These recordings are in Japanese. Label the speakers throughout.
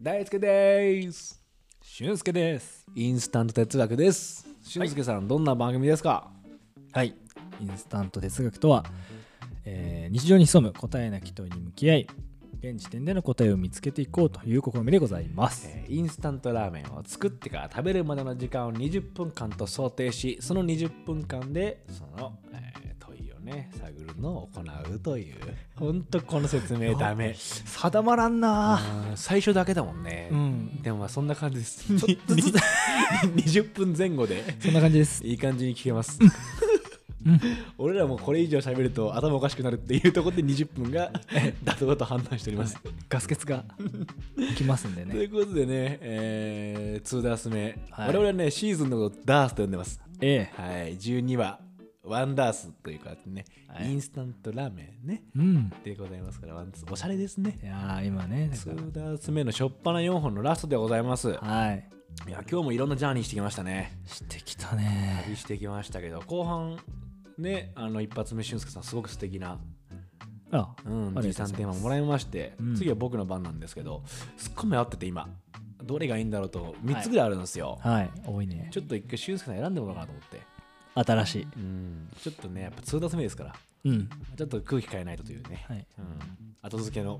Speaker 1: 大輔です
Speaker 2: 俊介です
Speaker 1: インスタント哲学です俊介さん、どんな番組ですか
Speaker 2: はいインスタント哲学とは、えー日常に潜む答えなき問いに向き合い現時点での答えを見つけていこうという試みでございます
Speaker 1: えーインスタントラーメンを作ってから食べるまでの時間を20分間と想定しその20分間でその、えー問いをね探るのを行うというほんとこの説明ダメ
Speaker 2: 定まらんな
Speaker 1: あー最初だけだもんね、
Speaker 2: うん
Speaker 1: でもまあそんな感じです
Speaker 2: ちょっとず つ
Speaker 1: 20分前後で
Speaker 2: そんな感じです
Speaker 1: いい感じに聞けます 俺らもこれ以上喋ると頭おかしくなるっていうところで20分 が妥当だと判断しております、
Speaker 2: ガス欠がきますんで
Speaker 1: とい
Speaker 2: ね
Speaker 1: うことでね、えー、2ダース目、
Speaker 2: はい
Speaker 1: 我々はねシーズンのことをダースと呼んでます
Speaker 2: ええ
Speaker 1: はい12話ワンダースというかね、
Speaker 2: はい
Speaker 1: インスタントラーメンね
Speaker 2: うん
Speaker 1: でございますからワンダースおしゃれですね
Speaker 2: いやー今ねだから
Speaker 1: 2ダース目の初っ端な4本のラストでございますい
Speaker 2: はい
Speaker 1: や今日もいろんなジャーニーしてきましたね
Speaker 2: してきたね
Speaker 1: 旅してきましたけど後半ねあの一発目俊介さんすごく素敵な
Speaker 2: あ
Speaker 1: うんじ
Speaker 2: ありがとうございます
Speaker 1: いさんテーマもらいまして、
Speaker 2: うん
Speaker 1: 次は僕の番なんですけどすっごい迷ってて今どれがいいんだろうと3つぐらいあるんですよ、
Speaker 2: はい多いね
Speaker 1: ちょっと一回俊介さん選んでもらおうかなと思って
Speaker 2: 新しい
Speaker 1: うんちょっとねやっぱ通打目ですから
Speaker 2: うん
Speaker 1: ちょっと空気変えないとというね、
Speaker 2: はい
Speaker 1: うん、後付けの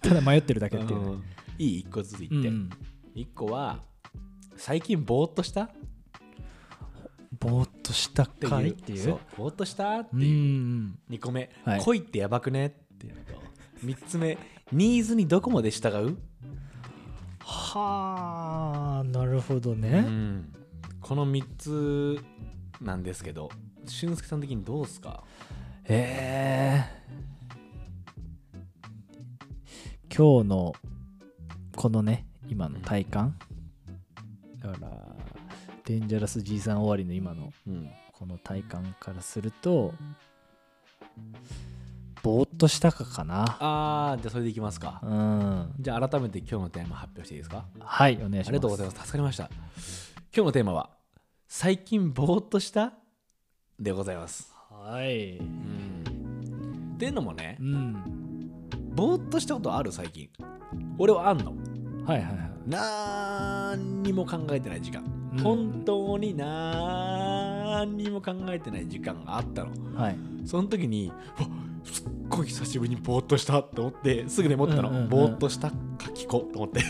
Speaker 2: ただ迷ってるだけっていううね
Speaker 1: んいい1個ずついって、
Speaker 2: う
Speaker 1: 一
Speaker 2: ん
Speaker 1: 1個は最近ぼーっとしたっ
Speaker 2: ぼーっとした
Speaker 1: て
Speaker 2: か
Speaker 1: い
Speaker 2: いうってい
Speaker 1: そううぼーっとしたって
Speaker 2: う
Speaker 1: いう、
Speaker 2: ん
Speaker 1: 2個目、
Speaker 2: はい
Speaker 1: 恋ってやばくねっていうのと3つ目ニーズにどこまで従う、
Speaker 2: はあなるほど
Speaker 1: う
Speaker 2: ね、
Speaker 1: ん、この3つなんですけど俊介さん的にどうですか
Speaker 2: えー、今日のこのね今の体感、だからデンジャラス G さん終わりの今の
Speaker 1: うん
Speaker 2: この体感からするとぼーっとしたかかな
Speaker 1: あーじゃあそれでいきますか、
Speaker 2: うん
Speaker 1: じゃあ改めて今日のテーマ発表していいですか
Speaker 2: はいお願いします
Speaker 1: ありがとうございます助かりました今日のテーマは最近ぼーっとしたでございます
Speaker 2: はい
Speaker 1: うんっていうのもね
Speaker 2: うん
Speaker 1: ぼーっとしたことある最近俺はあんの
Speaker 2: はいはいはい
Speaker 1: 何にも考えてない時間、
Speaker 2: うん
Speaker 1: 本当に何にも考えてない時間があったの
Speaker 2: はい
Speaker 1: その時にうわすっごい久しぶりにぼーっとしたと思ってすぐメモったの、
Speaker 2: うんうんうん
Speaker 1: ぼーっとしたか聞こうと思って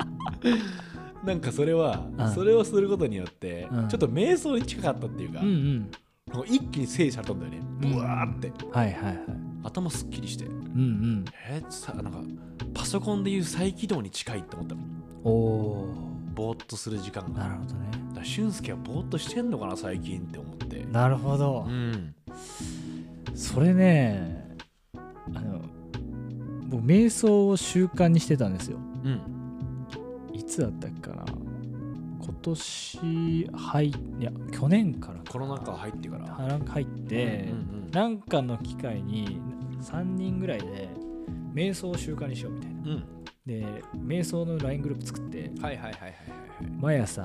Speaker 1: なんかそれは、
Speaker 2: うん
Speaker 1: それをすることによって、
Speaker 2: うん
Speaker 1: ちょっと瞑想に近かったっていうか,、
Speaker 2: う
Speaker 1: な
Speaker 2: ん
Speaker 1: んか一気に整理されたんだよね
Speaker 2: うん
Speaker 1: ブワーって、
Speaker 2: うんはいはいはい
Speaker 1: 頭すっきりして
Speaker 2: うん
Speaker 1: えーさなんかパソコンでいう再起動に近いって思ったの
Speaker 2: うんお
Speaker 1: ぼーっとする時間
Speaker 2: ー
Speaker 1: が
Speaker 2: なるほどね
Speaker 1: だから俊介はぼーっとしてんのかな最近って思って
Speaker 2: なるほど、
Speaker 1: うん
Speaker 2: それねあの僕瞑想を習慣にしてたんですよ
Speaker 1: うん
Speaker 2: いつだったっけかな今年入いや去年からか
Speaker 1: コロナ禍入ってから
Speaker 2: はなんか入って、
Speaker 1: うんうんうん
Speaker 2: なんかの機会に3人ぐらいで瞑想を習慣にしようみたいな
Speaker 1: うん
Speaker 2: で瞑想の LINE グループ作って
Speaker 1: はいはいはいはいはいは
Speaker 2: 毎朝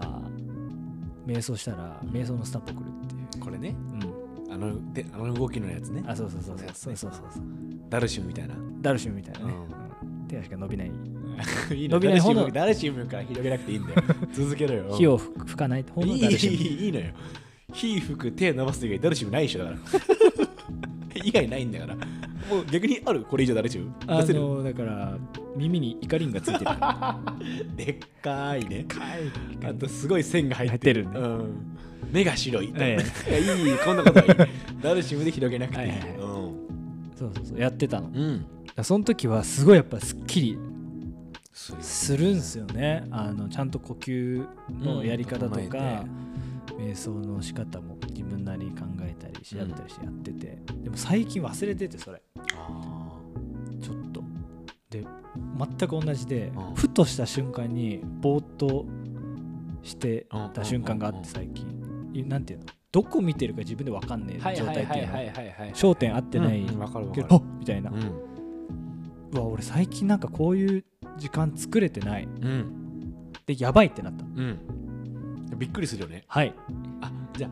Speaker 2: 瞑想したら瞑想のスタンプ送るっていう
Speaker 1: いこれね
Speaker 2: う
Speaker 1: あのであの動きのやつね
Speaker 2: んあそうそうそう
Speaker 1: このやつ
Speaker 2: そ
Speaker 1: ね
Speaker 2: うそうそうそう
Speaker 1: ダルシムみたいな
Speaker 2: ダルシムみたいなね、
Speaker 1: う
Speaker 2: うん手足が伸びない
Speaker 1: いい
Speaker 2: 伸びない方の
Speaker 1: ダルシムから広げなくていいんだ よ続けろよ
Speaker 2: 火をふ吹かない方
Speaker 1: い
Speaker 2: の
Speaker 1: い
Speaker 2: ダルシム
Speaker 1: いいいいのよ火吹く手伸ばす以外ダルシムないでしょだから 以外ないんだからもう逆にあるこれ以上ダルシム
Speaker 2: あ
Speaker 1: 出せる
Speaker 2: のだから耳にイカリンがついてる
Speaker 1: でっかいねあとすごい線が入って
Speaker 2: 入ってる
Speaker 1: る、
Speaker 2: ね
Speaker 1: うん、目が白い、
Speaker 2: え
Speaker 1: いやいいこんなことはいいダルシムで広げなくていい、
Speaker 2: はいはいはい
Speaker 1: うん
Speaker 2: そうそうそうやってたのだか
Speaker 1: うん
Speaker 2: らその時はすごいやっぱすっきり
Speaker 1: する
Speaker 2: するんすよねあのちゃんと呼吸のやり方と
Speaker 1: うん
Speaker 2: か
Speaker 1: 整、
Speaker 2: 瞑想の仕方も自分なりに考えたり調べたりしてやってて、でも最近忘れててそれ
Speaker 1: あ
Speaker 2: ちょっとで全く同じで、
Speaker 1: うん
Speaker 2: ふとした瞬間にぼーっとして
Speaker 1: うんうんうんうん
Speaker 2: た瞬間があって最近、いなんていうのどこ見てるか自分で分かんね
Speaker 1: ー
Speaker 2: え状態っていう
Speaker 1: い
Speaker 2: の
Speaker 1: はい
Speaker 2: 焦点合ってない
Speaker 1: うんわかるわか
Speaker 2: け
Speaker 1: る
Speaker 2: ど、あみたいな、
Speaker 1: う
Speaker 2: うんわ俺最近なんかこういう時間作れてない
Speaker 1: うん
Speaker 2: でやばいってなった
Speaker 1: うんびっくりするよね
Speaker 2: はい
Speaker 1: あじゃあ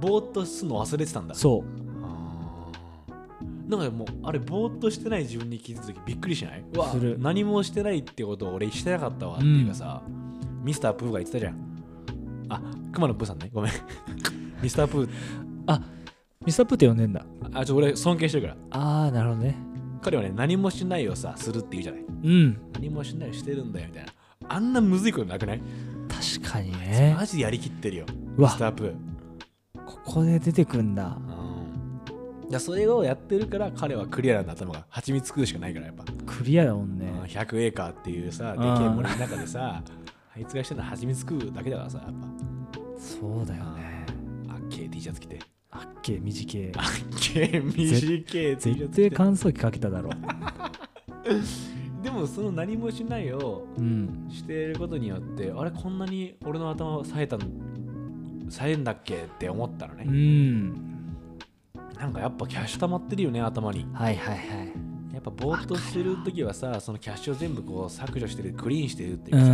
Speaker 1: ぼーっとするの忘れてたんだ
Speaker 2: そ
Speaker 1: あーなんかもうあれぼーっとしてない自分に気づいた時びっくりしないうわ
Speaker 2: する
Speaker 1: 何もしてないってことを俺してなかったわっていうかさ、ミスタープーが言ってたじゃんあ熊野プーさんねごめん ミスタープー
Speaker 2: あミスタープーって呼んでんだ
Speaker 1: あちょ俺尊敬してるから
Speaker 2: ああなるほどね
Speaker 1: 彼はね何もしないをさするって言うじゃない
Speaker 2: うん
Speaker 1: 何もしないをしてるんだよみたいなあんなむずいことなくない
Speaker 2: 確かにね
Speaker 1: マジでやりきってるよ
Speaker 2: う
Speaker 1: ミ
Speaker 2: わ
Speaker 1: スタープー
Speaker 2: ここで出てくんだ
Speaker 1: いやそれをやってるから彼はクリアなんだ頭が蜂蜜食うしかないからやっぱ、
Speaker 2: クリアだもんね
Speaker 1: うん100エーカーっていうさで
Speaker 2: ん
Speaker 1: けえ森の中でさ あいつがしてるのは蜂蜜食うだけだからさやっ
Speaker 2: そうだよ
Speaker 1: ぱ、
Speaker 2: ね
Speaker 1: あっけえ T シャツ着て
Speaker 2: あっけ短え
Speaker 1: あっけえ短え T シャ
Speaker 2: 絶
Speaker 1: ツ着
Speaker 2: 対
Speaker 1: て
Speaker 2: 乾燥機かけただろ
Speaker 1: でもその何もしないを
Speaker 2: う、うん、
Speaker 1: していることによってあれこんなに俺の頭を冴えたの冴えんだっけって思ったのね、
Speaker 2: うん、
Speaker 1: なんかやっぱキャッシュ溜まってるよね頭に
Speaker 2: はいはいはい
Speaker 1: やっぱぼーっとするときはさそのキャッシュを全部こう削除してるクリーンしてるっていう
Speaker 2: う
Speaker 1: か
Speaker 2: ん
Speaker 1: さ、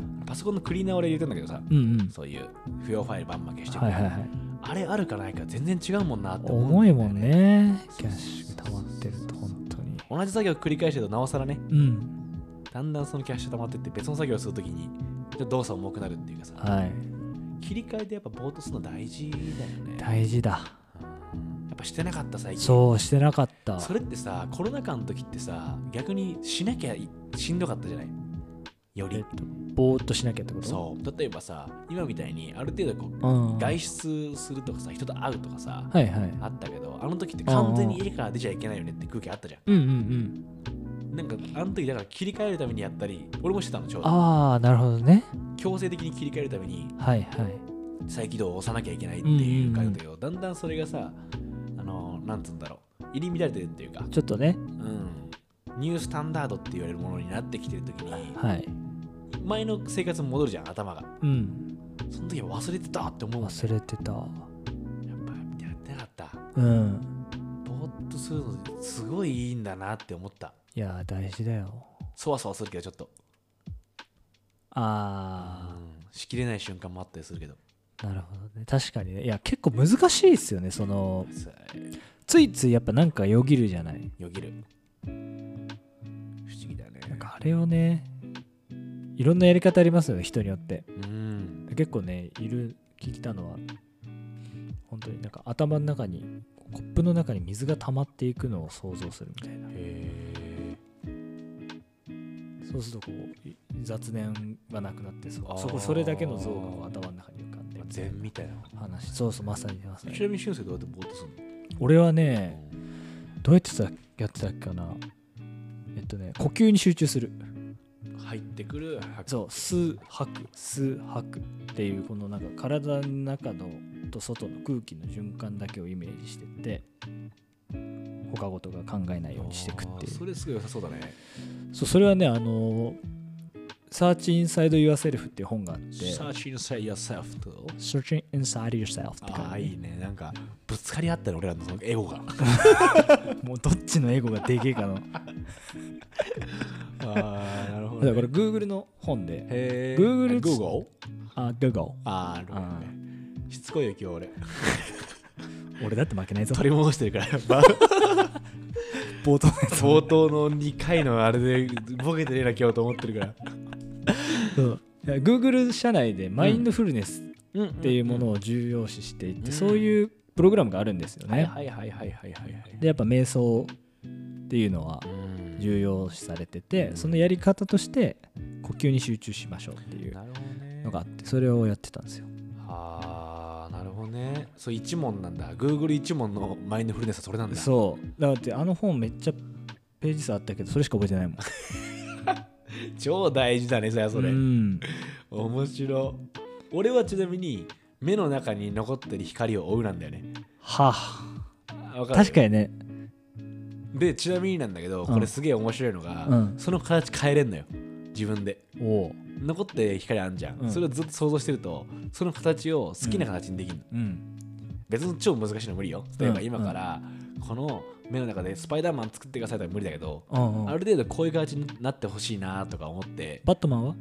Speaker 2: うん
Speaker 1: パソコンのクリーナー俺入れてんだけどさ、
Speaker 2: うんうん
Speaker 1: そういう不要ファイルバンバン消してく
Speaker 2: はいはいはい
Speaker 1: あれあるかないか全然違うもんなって思う
Speaker 2: 重いもん
Speaker 1: ね
Speaker 2: ね
Speaker 1: そう
Speaker 2: キャッシュ溜まってると本当に
Speaker 1: 同じ作業繰り返してるとなおさらね
Speaker 2: うん
Speaker 1: だんだんそのキャッシュ溜まってって別の作業をするときにちょっと動作重くなるっていうかさ、
Speaker 2: はい
Speaker 1: 切り替えてやっぱぼーっとするの大事だよね
Speaker 2: 大事だ
Speaker 1: うんやっぱしてなかった最近
Speaker 2: そうしてなかった
Speaker 1: それってさコロナ禍の時ってさ逆にしなきゃいしんどかったじゃないよ
Speaker 2: えっ
Speaker 1: り
Speaker 2: とぼーっとしなきゃってこと
Speaker 1: そう例えばさ今みたいにある程度こう
Speaker 2: うん
Speaker 1: 外出するとかさ人と会うとかさ
Speaker 2: はいはい
Speaker 1: あったけどあの時って完全に家から出ちゃいけないよねって空気あったじゃ
Speaker 2: うんうんうん
Speaker 1: んなんかあの時だから切り替えるためにやったり俺もしてたのちょうど
Speaker 2: ああなるほどね
Speaker 1: 強制的に切り替えるために
Speaker 2: はいはい
Speaker 1: 再起動を押さなきゃいけないっていう
Speaker 2: うんうんう
Speaker 1: 感
Speaker 2: ん
Speaker 1: じだけどだんだんそれがさあのなんつうんだろう入り乱れてるっていうか
Speaker 2: ちょっとね
Speaker 1: うんニュースタンダードって言われるものになってきてる時に
Speaker 2: はい
Speaker 1: 前の生活に戻るじゃん頭が
Speaker 2: うん
Speaker 1: その時は忘れてたって思うもんね
Speaker 2: 忘れてた
Speaker 1: やっぱやってなかった
Speaker 2: うん
Speaker 1: ぼーっとするのすごいいいんだなって思った
Speaker 2: いやー大事だよ
Speaker 1: そわそわするけどちょっと
Speaker 2: あ
Speaker 1: うんしきれない瞬間もあったりするけど
Speaker 2: あなるほどね確かにねいや結構難しいですよねその
Speaker 1: さ
Speaker 2: ついついやっぱなんかよぎるじゃない
Speaker 1: よぎる不思議だね
Speaker 2: なんかあれをねいろんなやり方ありますよね人によって
Speaker 1: うん
Speaker 2: 結構ねいる聞いたのは本当になんか頭の中にコップの中に水が溜まっていくのを想像するみたいな
Speaker 1: へ
Speaker 2: そうするとこうい雑念がなくなってそ
Speaker 1: あー
Speaker 2: そこそれだけの像がこう頭の中に浮かんで
Speaker 1: え禅みたいな
Speaker 2: 話そうそうまさにまさ
Speaker 1: ちな
Speaker 2: に
Speaker 1: みに俊介どうやってぼーっとする
Speaker 2: 俺はね
Speaker 1: の
Speaker 2: どうやってさやってたっけかなえっとね呼吸に集中する
Speaker 1: 入ってくる
Speaker 2: そう吸吐く吸吐くっていうこのなんか体の中のと外の空気の循環だけをイメージしてって他事が考えないようにしていくって
Speaker 1: あ
Speaker 2: い
Speaker 1: ーそうれすごい良さそうだね
Speaker 2: そうそれはねあの「Search Inside Yourself」っていう本があって「
Speaker 1: Search
Speaker 2: Search
Speaker 1: inside yourself と
Speaker 2: Inside Yourself」っ
Speaker 1: あ
Speaker 2: て感
Speaker 1: あ
Speaker 2: じ
Speaker 1: いいねなんかぶつかり合ったら俺らのそのエゴが
Speaker 2: もうどっちのエゴがでけえかの だ
Speaker 1: ああなるほ
Speaker 2: からこれ Google の本で
Speaker 1: へえ
Speaker 2: Google-
Speaker 1: Google?
Speaker 2: あ Google
Speaker 1: ああなるほどねしつこいよ今日 俺
Speaker 2: 俺だって負けないぞ
Speaker 1: 取り戻してるからば
Speaker 2: 冒頭のやつ
Speaker 1: 冒頭の2回のあれでボケてねえな今日と思ってるから。
Speaker 2: そういや Google 社内でマインドフルネス
Speaker 1: っ
Speaker 2: っていうものを重要視していて、
Speaker 1: うん
Speaker 2: そういうプログラムがあるんですよね。
Speaker 1: はいはいはいはいはいはいはい。
Speaker 2: でやっぱ瞑想っていうのは
Speaker 1: うん
Speaker 2: 重要視されてて、そのやり方として呼吸に集中しましょうっていう
Speaker 1: なるほどね
Speaker 2: のがあってそれをやってたんですよ。
Speaker 1: あーなるほどね。そう一問なんだ。Google 一問のマインドフルネスはそれなんだ。う
Speaker 2: そうだってあの本めっちゃページ数あったけどそれしか覚えてないも ん。
Speaker 1: 超大事だねそれそれ。
Speaker 2: うん
Speaker 1: 面白。俺はちなみに目の中に残ってる光を追うなんだよね。
Speaker 2: はあ
Speaker 1: わかる
Speaker 2: 確かにね
Speaker 1: でちなみになんだけどこれすげえ面白いのが、
Speaker 2: うん
Speaker 1: その形変えれんのよ自分で。
Speaker 2: おう、
Speaker 1: 残って光あんじゃん、
Speaker 2: うん
Speaker 1: それをずっと想像してるとその形を好きな形にできるの、
Speaker 2: うん、
Speaker 1: 別に超難しいの無理よ例えば
Speaker 2: うん
Speaker 1: 今からこの目の中でスパイダーマン作ってくださいとか無理だけど、
Speaker 2: うんうん
Speaker 1: ある程度こういう形になってほしいなとか思って
Speaker 2: バットマンは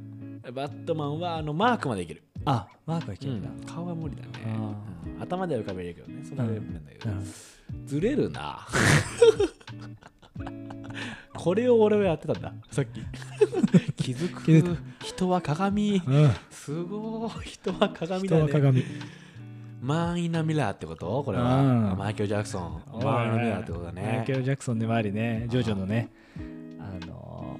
Speaker 1: バットマンはあのマークまでいける、
Speaker 2: あマークがいけるんだ。
Speaker 1: うん顔は無理だね
Speaker 2: あ
Speaker 1: うん頭では浮かべれるけどねそんなレベルなんだけど、
Speaker 2: なるほ
Speaker 1: ずれる なこれを俺はやってたんださっき気づ
Speaker 2: 気づ
Speaker 1: く人は鏡
Speaker 2: うん
Speaker 1: すごい人は鏡
Speaker 2: 人
Speaker 1: だ
Speaker 2: は
Speaker 1: ね
Speaker 2: 鏡
Speaker 1: 満員なミラーってことこれ
Speaker 2: うん
Speaker 1: はマイケル・ジャクソン満員なミラーってことだ
Speaker 2: マイケ
Speaker 1: ね
Speaker 2: ル・ジャクソンでもありねジョジョのねあの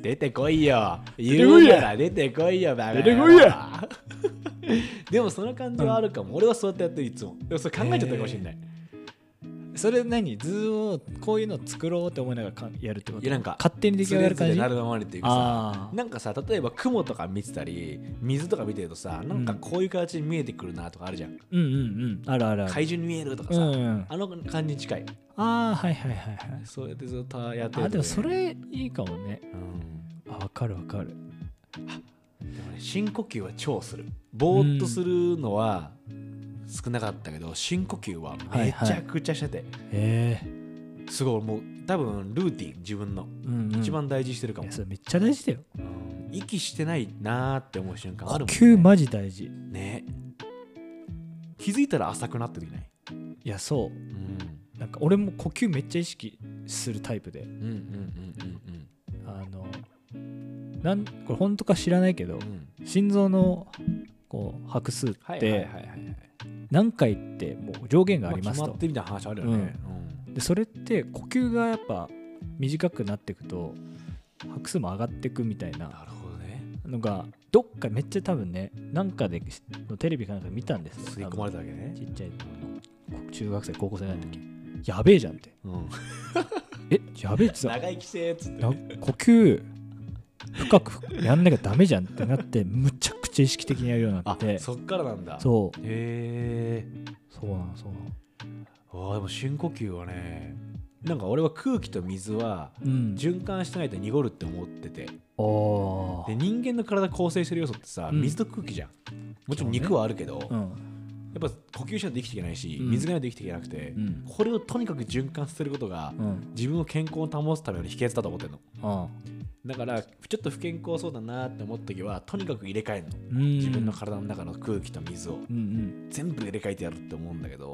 Speaker 1: 出てこいよ
Speaker 2: て
Speaker 1: 言
Speaker 2: こ
Speaker 1: う
Speaker 2: いや
Speaker 1: なら出てこいよバカ野
Speaker 2: 出てこい
Speaker 1: 郎 でもその感じはあるかも俺はそうやってやってるいつもでもそれ考えちゃったかもしれない
Speaker 2: ーそれ何図をこういうの作ろうって思いながらかやるってこと
Speaker 1: いやなんか
Speaker 2: 勝手に出来上がる感
Speaker 1: それぞれ
Speaker 2: じ
Speaker 1: なるままにっていうかさ
Speaker 2: あー
Speaker 1: なんかさ例えば雲とか見てたり水とか見てるとさなんかこういう形に見えてくるなとかあるじゃん、
Speaker 2: うんうんうんあるあるある
Speaker 1: 怪獣に見えるとか
Speaker 2: う
Speaker 1: さ、
Speaker 2: んうん、
Speaker 1: あの感じに近い
Speaker 2: あーはいはいはいはい
Speaker 1: そうやってずっとやってるとね
Speaker 2: あでもそ、れいいかもね
Speaker 1: うん
Speaker 2: あわかるわかる
Speaker 1: でもね深呼吸は超するぼーっとするのは少なかったけど、深呼吸はめちゃくちゃしてて、
Speaker 2: ええ
Speaker 1: すごいもう多分ルーティン自分の
Speaker 2: うんうん
Speaker 1: 一番大事にしてるか
Speaker 2: い
Speaker 1: も
Speaker 2: や、それめっちゃ大事だよ
Speaker 1: うん息してないなーって思う瞬間
Speaker 2: 呼
Speaker 1: あるもんね
Speaker 2: 吸マジ大事
Speaker 1: ね気づいたら浅くなってるない、
Speaker 2: いやそ
Speaker 1: うん
Speaker 2: うなんか俺も呼吸めっちゃ意識するタイプで
Speaker 1: うんうんうん
Speaker 2: あのなんこれ本当か知らないけど
Speaker 1: うんうんうん
Speaker 2: 心臓のこう拍数
Speaker 1: は
Speaker 2: っ
Speaker 1: いはいはい
Speaker 2: て
Speaker 1: はい
Speaker 2: 何回ってもう上限があります
Speaker 1: まあ決
Speaker 2: と
Speaker 1: まってみたいな話あるよね、うん
Speaker 2: でそれって呼吸がやっぱ短くなっていくと拍数も上がっていくみたいな
Speaker 1: なるほどね
Speaker 2: のがどっかめっちゃ多分ねなんかでのテレビかなんかで見たんです
Speaker 1: 吸い
Speaker 2: よ多
Speaker 1: 込ま
Speaker 2: 分
Speaker 1: れたわけね
Speaker 2: ちっちゃい中学生高校生ぐらいの時やべえじゃんって
Speaker 1: うん、
Speaker 2: えやべえっ てさ
Speaker 1: 長生きせーっつって
Speaker 2: な呼吸深くやんなきゃダメじゃんってなってむちゃくちゃ意識的にやるようにな
Speaker 1: あ
Speaker 2: ってそ
Speaker 1: そっからなんだ
Speaker 2: う
Speaker 1: う
Speaker 2: そ
Speaker 1: へえ
Speaker 2: うなのそうなの
Speaker 1: あーでも深呼吸はねなんか俺は空気と水は
Speaker 2: うん
Speaker 1: 循環してないと濁るって思ってて
Speaker 2: あ
Speaker 1: で人間の体構成してる要素ってさ
Speaker 2: うん
Speaker 1: 水と空気じゃん、もちろん
Speaker 2: そうね
Speaker 1: 肉はあるけど、
Speaker 2: あう
Speaker 1: や
Speaker 2: ん
Speaker 1: っぱ呼吸しないと生きていけないし、
Speaker 2: うん
Speaker 1: 水がないと生きていけなくて、
Speaker 2: うん
Speaker 1: これをとにかく循環することが
Speaker 2: うん
Speaker 1: 自分の健康を保つための秘訣だと思ってるの
Speaker 2: あ
Speaker 1: だからちょっと不健康そうだなって思った時はとにかく入れ替えるの
Speaker 2: うん
Speaker 1: 自分の体の中の空気と水を
Speaker 2: うんうん
Speaker 1: 全部入れ替えてやるって思うんだけど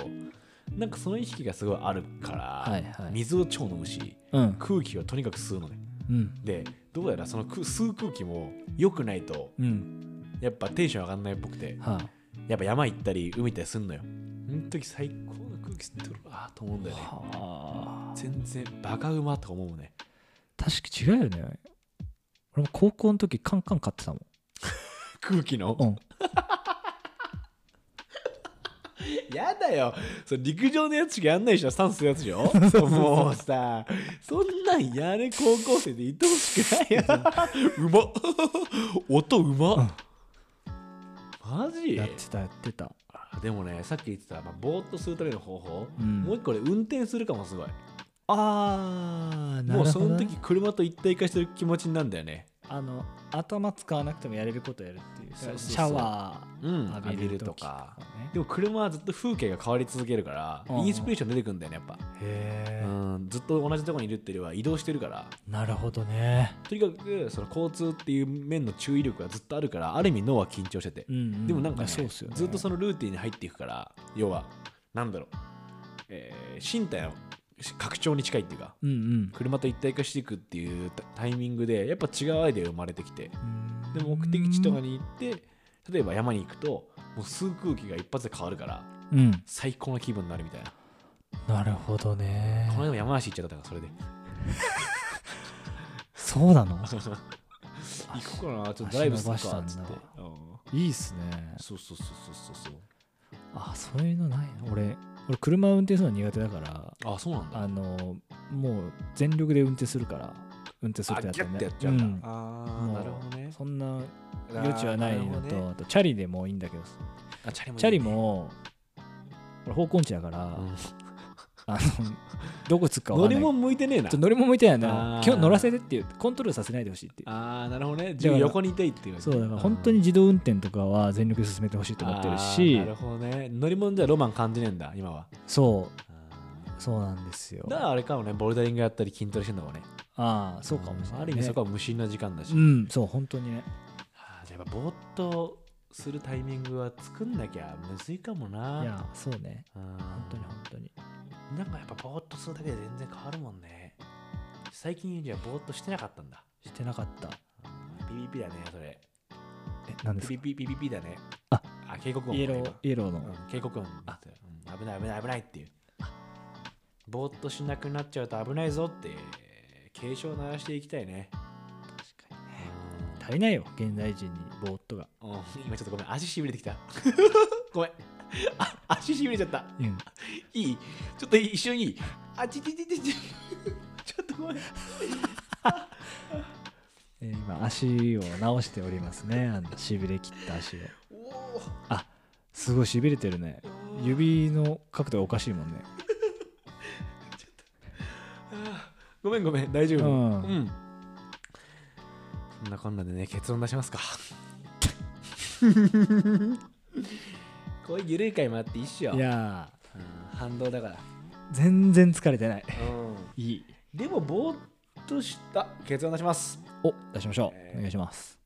Speaker 1: なんかその意識がすごいあるから、
Speaker 2: はいはい
Speaker 1: 水を超飲むし
Speaker 2: うん
Speaker 1: 空気をとにかく吸うのね
Speaker 2: うん
Speaker 1: でどうやらその空吸う空気も良くないと
Speaker 2: うん
Speaker 1: やっぱテンション上がんないっぽくて
Speaker 2: は
Speaker 1: やっぱ山行ったり海行ったりすんのよその時最高の空気吸ってるわーと思うんだよね
Speaker 2: あ
Speaker 1: 全然バカ馬とか思うね
Speaker 2: 確か違うよね俺も高校の時カンカン買ってたもん
Speaker 1: 空気の
Speaker 2: うん
Speaker 1: やだよそれ陸上のやつしかやんないでしょ酸素のやつでし ょもうさそんなんやれ高校生でいてほしくないようまっ音うまっ、マジ
Speaker 2: やってたやってた
Speaker 1: でもねさっき言ってた、まあ、ぼーっとするための方法、
Speaker 2: うん
Speaker 1: もう一個で運転するかもすごい
Speaker 2: ああな
Speaker 1: もう
Speaker 2: る
Speaker 1: そ
Speaker 2: ほど
Speaker 1: の
Speaker 2: ね
Speaker 1: 時車と一体化してる気持ちになるんだよね
Speaker 2: あの頭使わなくてもやれることやるっていう
Speaker 1: そうそうそう
Speaker 2: シャワ
Speaker 1: うん浴
Speaker 2: ー浴
Speaker 1: び
Speaker 2: び
Speaker 1: る
Speaker 2: る
Speaker 1: と
Speaker 2: と
Speaker 1: か
Speaker 2: か
Speaker 1: でも車はずっと風景が変わり続けるから、
Speaker 2: うんうん
Speaker 1: インスピレーション出てくんだよねやっぱ
Speaker 2: へ
Speaker 1: うん、ずっと同じとこにいるっていうよりは移動してるから
Speaker 2: えなるほどね、
Speaker 1: とにかくその交通っていう面の注意力がずっとあるからある意味脳は緊張してて、
Speaker 2: うんうん
Speaker 1: でもなんか、
Speaker 2: いや
Speaker 1: ね
Speaker 2: そうっすよね
Speaker 1: ずっとそのルーティンに入っていくから要はなんだろう、えー身体の拡張に近いっていうか
Speaker 2: うんうん
Speaker 1: 車と一体化していくっていうタタイミングでやっぱ違うアイデアが生まれてきて
Speaker 2: うん
Speaker 1: で目的地とかに行って例えば山に行くともう吸う空気が一発で変わるから
Speaker 2: うん
Speaker 1: 最高の気分になるみたいな、
Speaker 2: なるほどね
Speaker 1: この間も山梨行っちゃったからそれで
Speaker 2: そう なの
Speaker 1: 行こうかなちょっとドライブするかっつって
Speaker 2: 足伸ばしたんだ
Speaker 1: うん
Speaker 2: いいっすね
Speaker 1: そうそうそうそうそう
Speaker 2: あそういうのないな俺俺車運転するの苦手だから
Speaker 1: そうあそうなんだ
Speaker 2: あのもう全力で運転するから運転する
Speaker 1: あ
Speaker 2: ってや
Speaker 1: ギャッ
Speaker 2: つ
Speaker 1: て
Speaker 2: ね
Speaker 1: やっちゃうんだ、
Speaker 2: うん
Speaker 1: あ
Speaker 2: も
Speaker 1: あ
Speaker 2: う
Speaker 1: なるほどね
Speaker 2: そんな余地はないの
Speaker 1: あー
Speaker 2: と、
Speaker 1: るほどね
Speaker 2: あとチャリでもいいんだけど
Speaker 1: あチャリもいいね
Speaker 2: チャリも俺方向音痴だから、
Speaker 1: うん
Speaker 2: あのどこつくか分
Speaker 1: 乗
Speaker 2: か
Speaker 1: り
Speaker 2: んない
Speaker 1: 物向いてねえな
Speaker 2: ちょ乗り物向いてないな
Speaker 1: あー
Speaker 2: 基本乗らせてっていうコントロールさせないでほしいっていう
Speaker 1: ああなるほどね
Speaker 2: だから
Speaker 1: 自分横にいたいっていう
Speaker 2: そうだから本当に自動運転とかは全力で進めてほしいと思ってるし
Speaker 1: あーなるほどね乗り物じゃロマン感じねえんだ今は
Speaker 2: そう
Speaker 1: あ
Speaker 2: そうなんですよ
Speaker 1: ーだからあれかもねボルダリングやったり筋トレしてんだもんね
Speaker 2: ああそうかもしれない、
Speaker 1: ある意味そこは無心な時間だし、
Speaker 2: うんそう本当にね
Speaker 1: あーじゃあやっぱぼーっとするタイミングは作んなきゃむずいかもない
Speaker 2: やそうね
Speaker 1: うん
Speaker 2: 本当に本当に
Speaker 1: なんかやっぱぼーっとするだけで全然変わるもんね最近じゃあぼーっとしてなかったんだ
Speaker 2: してなかった
Speaker 1: ピピピだねそれ
Speaker 2: え何です
Speaker 1: ピ
Speaker 2: か
Speaker 1: ピピピピだね
Speaker 2: あ
Speaker 1: あ警告音
Speaker 2: イエロ
Speaker 1: 今
Speaker 2: ーイエローの、
Speaker 1: うん警告音あ、うん危ない危ない危ないっていうぼーっとしなくなっちゃうと危ないぞって警鐘を鳴らしていきたいね
Speaker 2: 確かに足りないよ現代人にぼーっとが、
Speaker 1: うん今ちょっとごめん足しびれてきた ごめんあ足しびれちゃった
Speaker 2: うん、
Speaker 1: いいちょっといい一瞬いいあちちち ちちちょっとごめん
Speaker 2: えー今足を直しておりますねあのしびれ切った足を
Speaker 1: おお
Speaker 2: あすごいしびれてるね指の角度がおかしいもんね
Speaker 1: あーごめんごめん大丈夫、
Speaker 2: うん
Speaker 1: そんなこんなでね結論出しますか こういう緩い回もあっていいっしょ
Speaker 2: いや
Speaker 1: うん反動だから、
Speaker 2: ー全然疲れてない
Speaker 1: うん、
Speaker 2: いい
Speaker 1: でもぼーっとした結論出します
Speaker 2: お出しましょ
Speaker 1: え
Speaker 2: う
Speaker 1: ー
Speaker 2: お願いします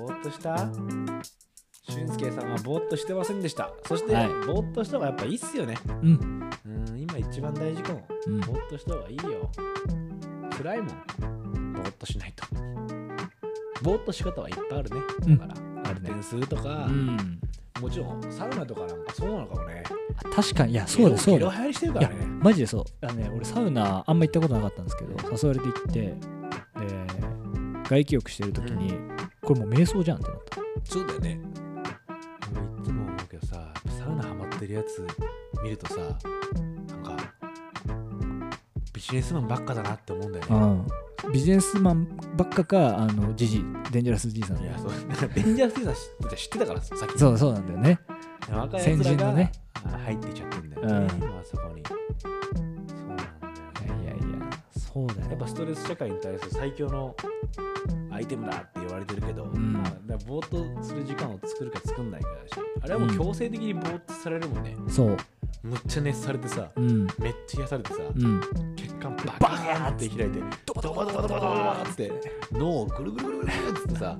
Speaker 1: ぼーっとした俊介さんはぼーっとしてませんでしたそして、
Speaker 2: はい
Speaker 1: ぼーっとした方がやっぱいいっすよね
Speaker 2: うん
Speaker 1: うん今一番大事かも
Speaker 2: うん
Speaker 1: ぼーっとした方がいいよ暗いもんぼーっとしないとぼーっと仕方はいっぱいあるね
Speaker 2: うん
Speaker 1: だから
Speaker 2: あるね
Speaker 1: 転数とか、
Speaker 2: うん
Speaker 1: もちろんサウナとかなんかそうなのかもね
Speaker 2: あ確かにいやそうだそう
Speaker 1: ゲロ
Speaker 2: だ
Speaker 1: 流行りしてるか
Speaker 2: い
Speaker 1: ら
Speaker 2: や
Speaker 1: ね
Speaker 2: マジでそうあのね俺サウナあんま行ったことなかったんですけど誘われて行ってで外気浴してる時に、
Speaker 1: う
Speaker 2: これもう瞑想じゃんってなっ
Speaker 1: そうだよね俺いつも思うけどさサウナハマってるやつ見るとさなんかビジネスマンばっかだなって思うんだよ
Speaker 2: た、
Speaker 1: ね
Speaker 2: うん、ビジネスマンばっかかあのジジイデンジャラスじいさん
Speaker 1: いやそうなんかデンジャーステーさん知ってたからさっき
Speaker 2: そうそうなんだよね
Speaker 1: 若いやつら
Speaker 2: 先人の
Speaker 1: が、
Speaker 2: ね
Speaker 1: あ入っていっちゃってんだよね、
Speaker 2: うん
Speaker 1: 今あそこにそうなんだよね
Speaker 2: いやいやそうだよ
Speaker 1: やっぱストレス社会に対する最強のアイテムだって言われてるけど、
Speaker 2: ん
Speaker 1: まあ、だからぼーっとする時間を作るか作んないかだしあれはもう強制的にぼーっとされるもんね、
Speaker 2: そう
Speaker 1: むっちゃ熱されてさ
Speaker 2: うん
Speaker 1: めっちゃ癒されてさ、
Speaker 2: うん
Speaker 1: 血管バーンって開いてドバドバドバドバドバっつって脳をぐるぐるぐるぐるっつってさ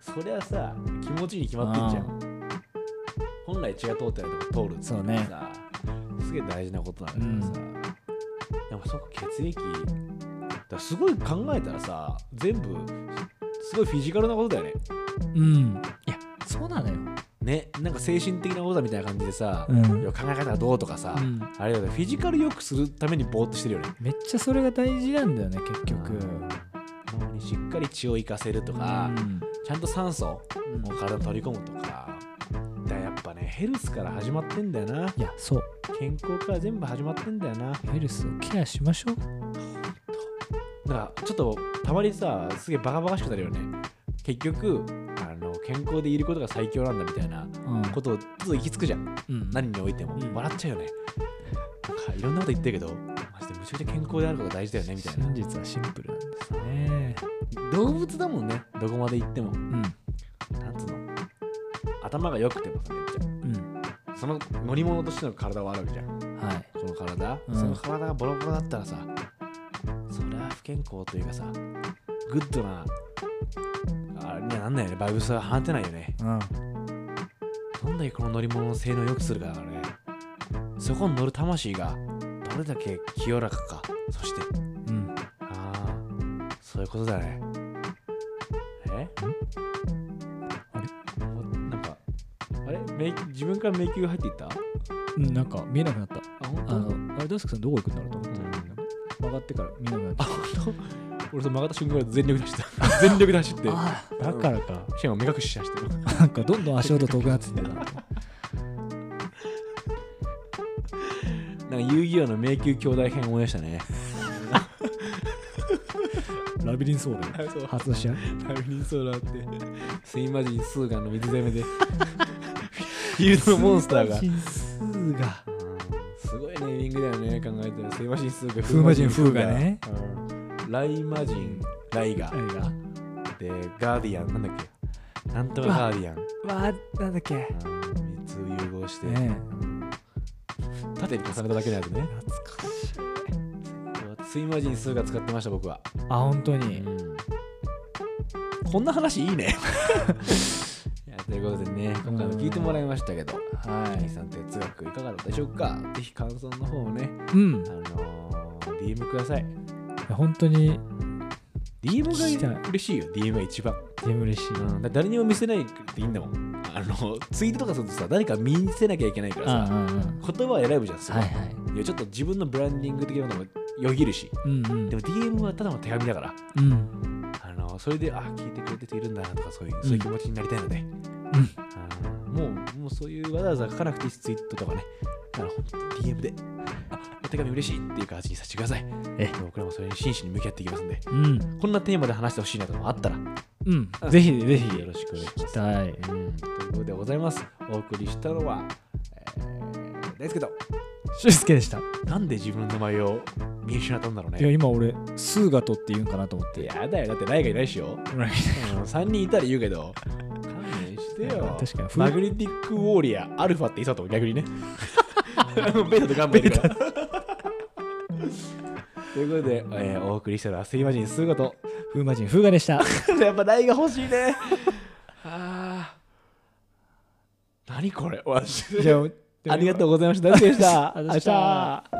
Speaker 1: そりゃさ気持ちいいに決まってんじゃん本来血が通ってないとこ通るっつって
Speaker 2: そうね
Speaker 1: さすげえ大事なことなんだけどさ、でもそこ血液だからすごい考えたらさ全部すごいフィジカルなことだよね
Speaker 2: うんいやそうなのよ
Speaker 1: ねなんか精神的なことだみたいな感じでさ、
Speaker 2: うん
Speaker 1: いや考え方はどうとかさ、
Speaker 2: うん
Speaker 1: あれだよねフィジカル良くするためにぼーっとしてるよね
Speaker 2: めっちゃそれが大事なんだよね結局
Speaker 1: 脳にしっかり血を生かせるとか、
Speaker 2: うん
Speaker 1: ちゃんと酸素を体に取り込むとかだからやっぱねヘルスから始まってんだよない
Speaker 2: やそう
Speaker 1: 健康から全部始まってんだよなだ
Speaker 2: ヘルスをケアしましょう
Speaker 1: からちょっとたまにさすげえバカバカしくなるよね結局あの健康でいることが最強なんだみたいな
Speaker 2: うん
Speaker 1: ことをちょっと行き着くじゃん
Speaker 2: うん
Speaker 1: 何においても、
Speaker 2: うん
Speaker 1: 笑っちゃうよねなんかいろんなこと言ってるけどマジでむちゃくちゃ健康であることが大事だよねみたいな
Speaker 2: 真実はシンプルなんですね
Speaker 1: 動物だもんねどこまで行っても
Speaker 2: うん
Speaker 1: なんつうの頭が良くてもさめっち
Speaker 2: うん
Speaker 1: ゃその乗り物としての体はあるわけじゃん
Speaker 2: はい
Speaker 1: この体、
Speaker 2: うん
Speaker 1: その体がボロボロだったらさそりゃ不健康というかさグッドなあれにはなんないよねバイブスは放てないよね
Speaker 2: うん
Speaker 1: どんだけこの乗り物の性能を良くするかだからねそこに乗る魂がどれだけ清らかかそして
Speaker 2: うん
Speaker 1: ああそういうことだねえ
Speaker 2: あれ
Speaker 1: もなんかあれ迷自分から迷宮入っていった
Speaker 2: うんなんか見えなくなった
Speaker 1: あ本
Speaker 2: あのあれ大輔さんどこ行くんだろうと思って
Speaker 1: うん
Speaker 2: 曲がってから見えなくなっ
Speaker 1: あ本当 俺その曲がった瞬間から全力で走った全力で走って
Speaker 2: ああだからか
Speaker 1: しかも目隠しして走ってる
Speaker 2: なんかどんどん足音遠くなってきてた
Speaker 1: なんか遊戯王の迷宮兄弟編思い出したね
Speaker 2: ラビリンソー
Speaker 1: あそう
Speaker 2: ル発動しちゃう
Speaker 1: ダビリンソーラー ってスイマジンスーガンの水攻めで フィールドのモンスターが
Speaker 2: 数が
Speaker 1: すごいネーミングだよね考えたらスイマジンスーガ
Speaker 2: 風魔神風がね
Speaker 1: うんライマジンライガ
Speaker 2: あれが
Speaker 1: でガーディアンなんだっけなんとかガーディアン
Speaker 2: わあなんだっけ
Speaker 1: 3つ融合して、
Speaker 2: ね
Speaker 1: 縦に重ねただけのやつね
Speaker 2: 懐かしい
Speaker 1: スイマジンスーガ使ってました僕は、
Speaker 2: あ本当
Speaker 1: う
Speaker 2: に
Speaker 1: んこんな話いいねいやということでね今回も聞いてもらいましたけど
Speaker 2: は
Speaker 1: 兄さん哲学いかがだったでしょうかぜひ感想の方をね
Speaker 2: い。うん
Speaker 1: あ。のー、DM ください
Speaker 2: 本当に
Speaker 1: DM
Speaker 2: たい
Speaker 1: が嬉しいよ DM が一番、
Speaker 2: 嬉しい。
Speaker 1: うん、だ誰にも見せないっていいんだもんあのツイートとかするとさ誰か見せなきゃいけないから
Speaker 2: あ
Speaker 1: さ
Speaker 2: あ、うん
Speaker 1: 言葉を選ぶじゃんすごい
Speaker 2: はいはい。
Speaker 1: いやちょっと自分のブランディング的なものもよぎるし
Speaker 2: うんうん
Speaker 1: でも DM はただの手紙だから
Speaker 2: うん。
Speaker 1: あのそれであ聞いてくれてているんだなとかそういうそういう気持ちになりたいので、あのもうもうそういうわざわざ書かなくていいですツイートとかねあの DM であお手紙嬉しいっていう形にさせてください
Speaker 2: え
Speaker 1: 僕らもそれに真摯に向き合っていきますんで
Speaker 2: うん。
Speaker 1: こんなテーマで話してほしいなとかもあったらよ
Speaker 2: うん。ぜひぜひ。
Speaker 1: ろしくお願いし
Speaker 2: 聞
Speaker 1: ま
Speaker 2: き
Speaker 1: す
Speaker 2: たい。
Speaker 1: うんということでございますお送りしたのは、えー、大輔と
Speaker 2: 俊介でした。
Speaker 1: なんで自分の名前を見失ったんだろう
Speaker 2: いや、
Speaker 1: ね
Speaker 2: 今俺、スーガトって言うんかなと思って。
Speaker 1: やだよだってライがいないでしょ3人いたら言うけど勘弁してよ
Speaker 2: 確かに
Speaker 1: マグネティックウォーリアーアルファっていそうと思う逆に ねベタとガンマいるからということで、えーお送りしたのはすいまじんすうこと
Speaker 2: 風魔人、風ガでした。
Speaker 1: やっぱ台が欲しいね あー何これマジで
Speaker 2: じゃあ、
Speaker 1: ありがとうございました大輔でした
Speaker 2: ありがとうございました
Speaker 1: 明日